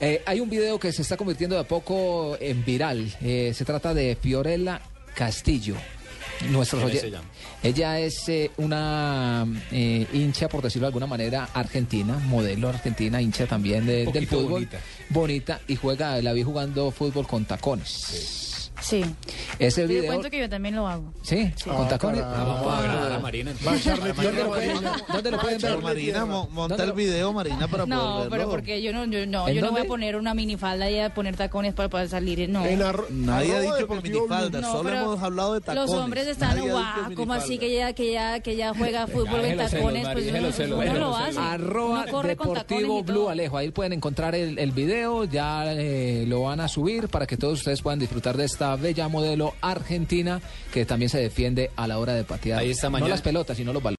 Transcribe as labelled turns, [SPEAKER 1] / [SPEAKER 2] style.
[SPEAKER 1] Eh, hay un video que se está convirtiendo de a poco en viral. Eh, se trata de Fiorella Castillo. Nuestros
[SPEAKER 2] ¿Quién es
[SPEAKER 1] oyen-
[SPEAKER 2] ella?
[SPEAKER 1] Ella es eh, una eh, hincha, por decirlo de alguna manera, argentina, modelo argentina, hincha también de-
[SPEAKER 3] Un
[SPEAKER 1] del
[SPEAKER 3] poquito
[SPEAKER 1] fútbol.
[SPEAKER 3] bonita.
[SPEAKER 1] Bonita, y juega, la vi jugando fútbol con tacones.
[SPEAKER 4] Sí.
[SPEAKER 1] Ese
[SPEAKER 4] Te
[SPEAKER 1] video.
[SPEAKER 4] cuento que yo también lo hago.
[SPEAKER 1] Sí, con tacones. Ah,
[SPEAKER 2] Vamos a agradar a Marina. entonces.
[SPEAKER 3] Charlie,
[SPEAKER 1] ¿Dónde lo pueden, dónde lo pueden ver?
[SPEAKER 5] Marina, mo- monta el video, Marina, para poder
[SPEAKER 4] No,
[SPEAKER 5] verlo.
[SPEAKER 4] pero porque yo no, yo no,
[SPEAKER 1] ¿En
[SPEAKER 4] yo no voy
[SPEAKER 1] dónde?
[SPEAKER 4] a poner una minifalda y a poner tacones para poder salir. eh, No.
[SPEAKER 3] En arro-
[SPEAKER 5] Nadie ha
[SPEAKER 3] arroba
[SPEAKER 5] dicho que
[SPEAKER 3] deportivo
[SPEAKER 5] minifalda,
[SPEAKER 4] No,
[SPEAKER 5] solo
[SPEAKER 4] pero
[SPEAKER 5] hemos hablado de tacones.
[SPEAKER 4] Los hombres están,
[SPEAKER 5] Nadie ha dicho
[SPEAKER 4] guau, como así
[SPEAKER 5] minifalda.
[SPEAKER 4] que ya, que ya, que ya juega fútbol en
[SPEAKER 2] déjelo celos,
[SPEAKER 4] tacones,
[SPEAKER 2] Mari,
[SPEAKER 4] pues
[SPEAKER 2] déjelo
[SPEAKER 4] uno,
[SPEAKER 2] celos,
[SPEAKER 4] uno
[SPEAKER 2] déjelo
[SPEAKER 4] lo
[SPEAKER 2] celos.
[SPEAKER 4] hace.
[SPEAKER 1] Arroba
[SPEAKER 4] Uno corre con
[SPEAKER 1] Deportivo
[SPEAKER 4] tacones y todo.
[SPEAKER 1] Blue Alejo. Ahí pueden encontrar el, el video. Ya eh, lo van a subir para que todos ustedes puedan disfrutar de esta bella modelo argentina que también se defiende a la hora de patear.
[SPEAKER 2] Ahí está
[SPEAKER 1] No
[SPEAKER 2] mañana.
[SPEAKER 1] las pelotas, sino los balones.